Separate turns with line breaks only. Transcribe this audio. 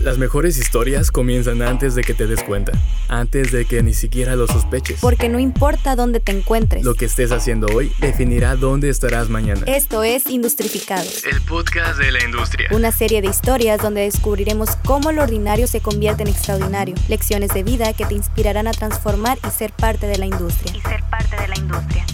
Las mejores historias comienzan antes de que te des cuenta, antes de que ni siquiera lo sospeches.
Porque no importa dónde te encuentres.
Lo que estés haciendo hoy definirá dónde estarás mañana.
Esto es Industrificados,
El podcast de la industria.
una serie de historias donde descubriremos cómo lo ordinario se convierte en extraordinario, lecciones de vida que te inspirarán a transformar y ser parte de la industria.
y ser parte de la industria.